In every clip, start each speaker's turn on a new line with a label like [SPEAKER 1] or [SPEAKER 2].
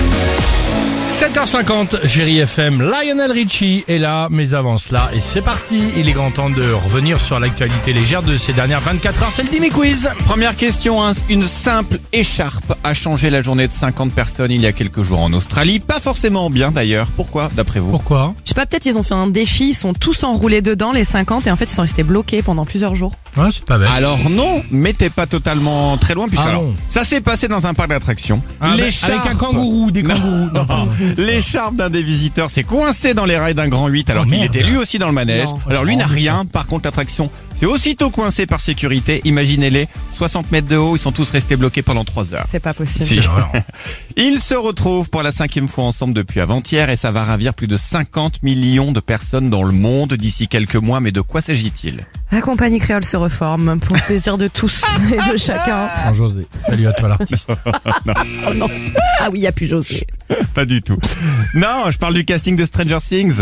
[SPEAKER 1] 7h50, chérie FM, Lionel Richie est là, mais avant cela, et c'est parti, il est grand temps de revenir sur l'actualité légère de ces dernières 24 heures, c'est le Dimi Quiz
[SPEAKER 2] Première question, hein. une simple écharpe a changé la journée de 50 personnes il y a quelques jours en Australie. Pas forcément bien d'ailleurs. Pourquoi, d'après vous
[SPEAKER 1] Pourquoi
[SPEAKER 3] Je sais pas, peut-être ils ont fait un défi, ils sont tous enroulés dedans, les 50, et en fait ils sont restés bloqués pendant plusieurs jours.
[SPEAKER 1] Ouais, c'est pas bête.
[SPEAKER 2] Alors non, mais t'es pas totalement très loin puisque
[SPEAKER 1] Ah
[SPEAKER 2] alors,
[SPEAKER 1] non.
[SPEAKER 2] ça s'est passé dans un parc d'attractions.
[SPEAKER 1] Ah, mais
[SPEAKER 2] L'écharpe-
[SPEAKER 1] Avec un kangourou, des kangourous. Non, pardon.
[SPEAKER 2] L'écharpe d'un des visiteurs s'est coincée dans les rails d'un grand 8 alors
[SPEAKER 1] Oh,
[SPEAKER 2] qu'il
[SPEAKER 1] merde. Oh,
[SPEAKER 2] était lui aussi dans le manège.
[SPEAKER 3] Non.
[SPEAKER 2] Alors lui n'a rien, par contre l'attraction s'est aussitôt coincée par sécurité. Imaginez-les, 60 mètres de haut, ils sont tous restés bloqués pendant 3 heures.
[SPEAKER 3] C'est pas possible.
[SPEAKER 2] Si. Ils se retrouvent pour la cinquième fois ensemble depuis avant-hier et ça va ravir plus de 50 millions de personnes dans le monde d'ici quelques mois. Mais de quoi s'agit-il
[SPEAKER 3] La compagnie créole se reforme pour le plaisir de tous et de chacun.
[SPEAKER 1] Jean-José, salut à toi l'artiste.
[SPEAKER 3] Ah oui, il y a plus José.
[SPEAKER 2] Pas du tout. Non, je parle du casting de Stranger Things.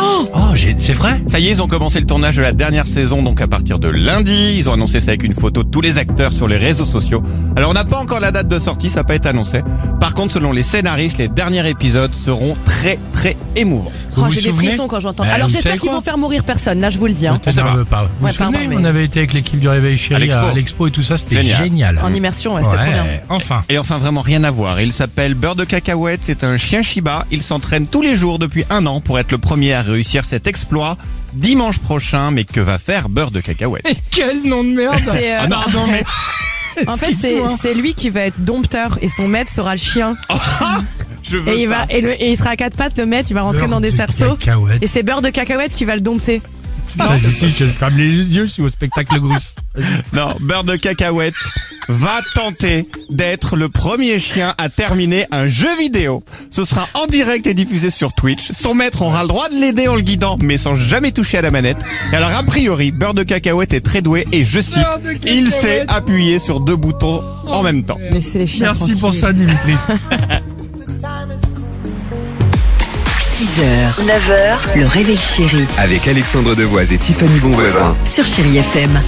[SPEAKER 1] Oh, j'ai- c'est vrai
[SPEAKER 2] Ça y est, ils ont commencé le tournage de la dernière saison, donc à partir de lundi. Ils ont annoncé ça avec une photo de tous les acteurs sur les réseaux sociaux. Alors on n'a pas encore la date de sortie, ça n'a pas été annoncé. Par contre, selon les scénaristes, les derniers épisodes seront très très émouvants.
[SPEAKER 1] Vous vous
[SPEAKER 3] j'ai des
[SPEAKER 1] souvenez
[SPEAKER 3] frissons quand j'entends.
[SPEAKER 1] Eh,
[SPEAKER 3] Alors
[SPEAKER 1] vous
[SPEAKER 3] j'espère
[SPEAKER 1] savez
[SPEAKER 3] qu'ils
[SPEAKER 1] quoi
[SPEAKER 3] vont faire mourir personne, là je vous le dis. hein.
[SPEAKER 1] T'énerve
[SPEAKER 2] sait pas.
[SPEAKER 1] pas. Vous
[SPEAKER 3] Ouais,
[SPEAKER 1] vous souvenez,
[SPEAKER 3] pardon, mais-
[SPEAKER 1] on avait été avec l'équipe du Réveil Chéri
[SPEAKER 2] À l'expo.
[SPEAKER 1] à l'expo et tout ça, c'était
[SPEAKER 2] Génial.
[SPEAKER 1] génial.
[SPEAKER 3] En immersion, ouais, c'était trop bien.
[SPEAKER 1] Ouais, Enfin,
[SPEAKER 2] Et enfin, vraiment rien à voir. Il s'appelle Beurre de Cacahuète. C'est un chien Shiba. Il s'entraîne tous les jours depuis un an pour être le premier à réussir cet exploit dimanche prochain. Mais que va faire Beurre de Cacahuète
[SPEAKER 1] Et quel nom de merde
[SPEAKER 3] C'est, euh,
[SPEAKER 1] Ah, Pardon, mais... hein.
[SPEAKER 3] En fait, c'est-
[SPEAKER 1] Excuse-moi.
[SPEAKER 3] c'est lui qui va être dompteur et son maître sera le chien.
[SPEAKER 1] Ah,
[SPEAKER 2] Je
[SPEAKER 1] bah,
[SPEAKER 2] veux
[SPEAKER 3] Et il,
[SPEAKER 2] ça.
[SPEAKER 3] va, et, le- et il sera à quatre pattes, le maître, il va rentrer
[SPEAKER 1] Beurre
[SPEAKER 3] dans des
[SPEAKER 1] de
[SPEAKER 3] cerceaux.
[SPEAKER 1] cacahuète.
[SPEAKER 3] Et c'est beurre de cacahuète qui va le dompter.
[SPEAKER 1] Putain, Bah, je, suis- je ferme les yeux, je suis au spectacle Grousse.
[SPEAKER 2] Non, Beurre de Cacahuète va tenter d'être le premier chien à terminer un jeu vidéo. Ce sera en direct et diffusé sur Twitch. Son maître aura le droit de l'aider en le guidant, mais sans jamais toucher à la manette. Et alors, a priori, Beurre de Cacahuète est très doué et, je cite,
[SPEAKER 1] Beurre de Cacahuète.
[SPEAKER 2] il sait appuyer sur deux boutons en même temps.
[SPEAKER 3] Mais c'est les chiens.
[SPEAKER 1] Merci pour
[SPEAKER 3] tranquilles.
[SPEAKER 1] ça, Dimitri.
[SPEAKER 4] 6h, 9h, le réveil chéri
[SPEAKER 5] Avec Alexandre Devoise et Tiffany Bonvoisin.
[SPEAKER 4] sur Chéri FM.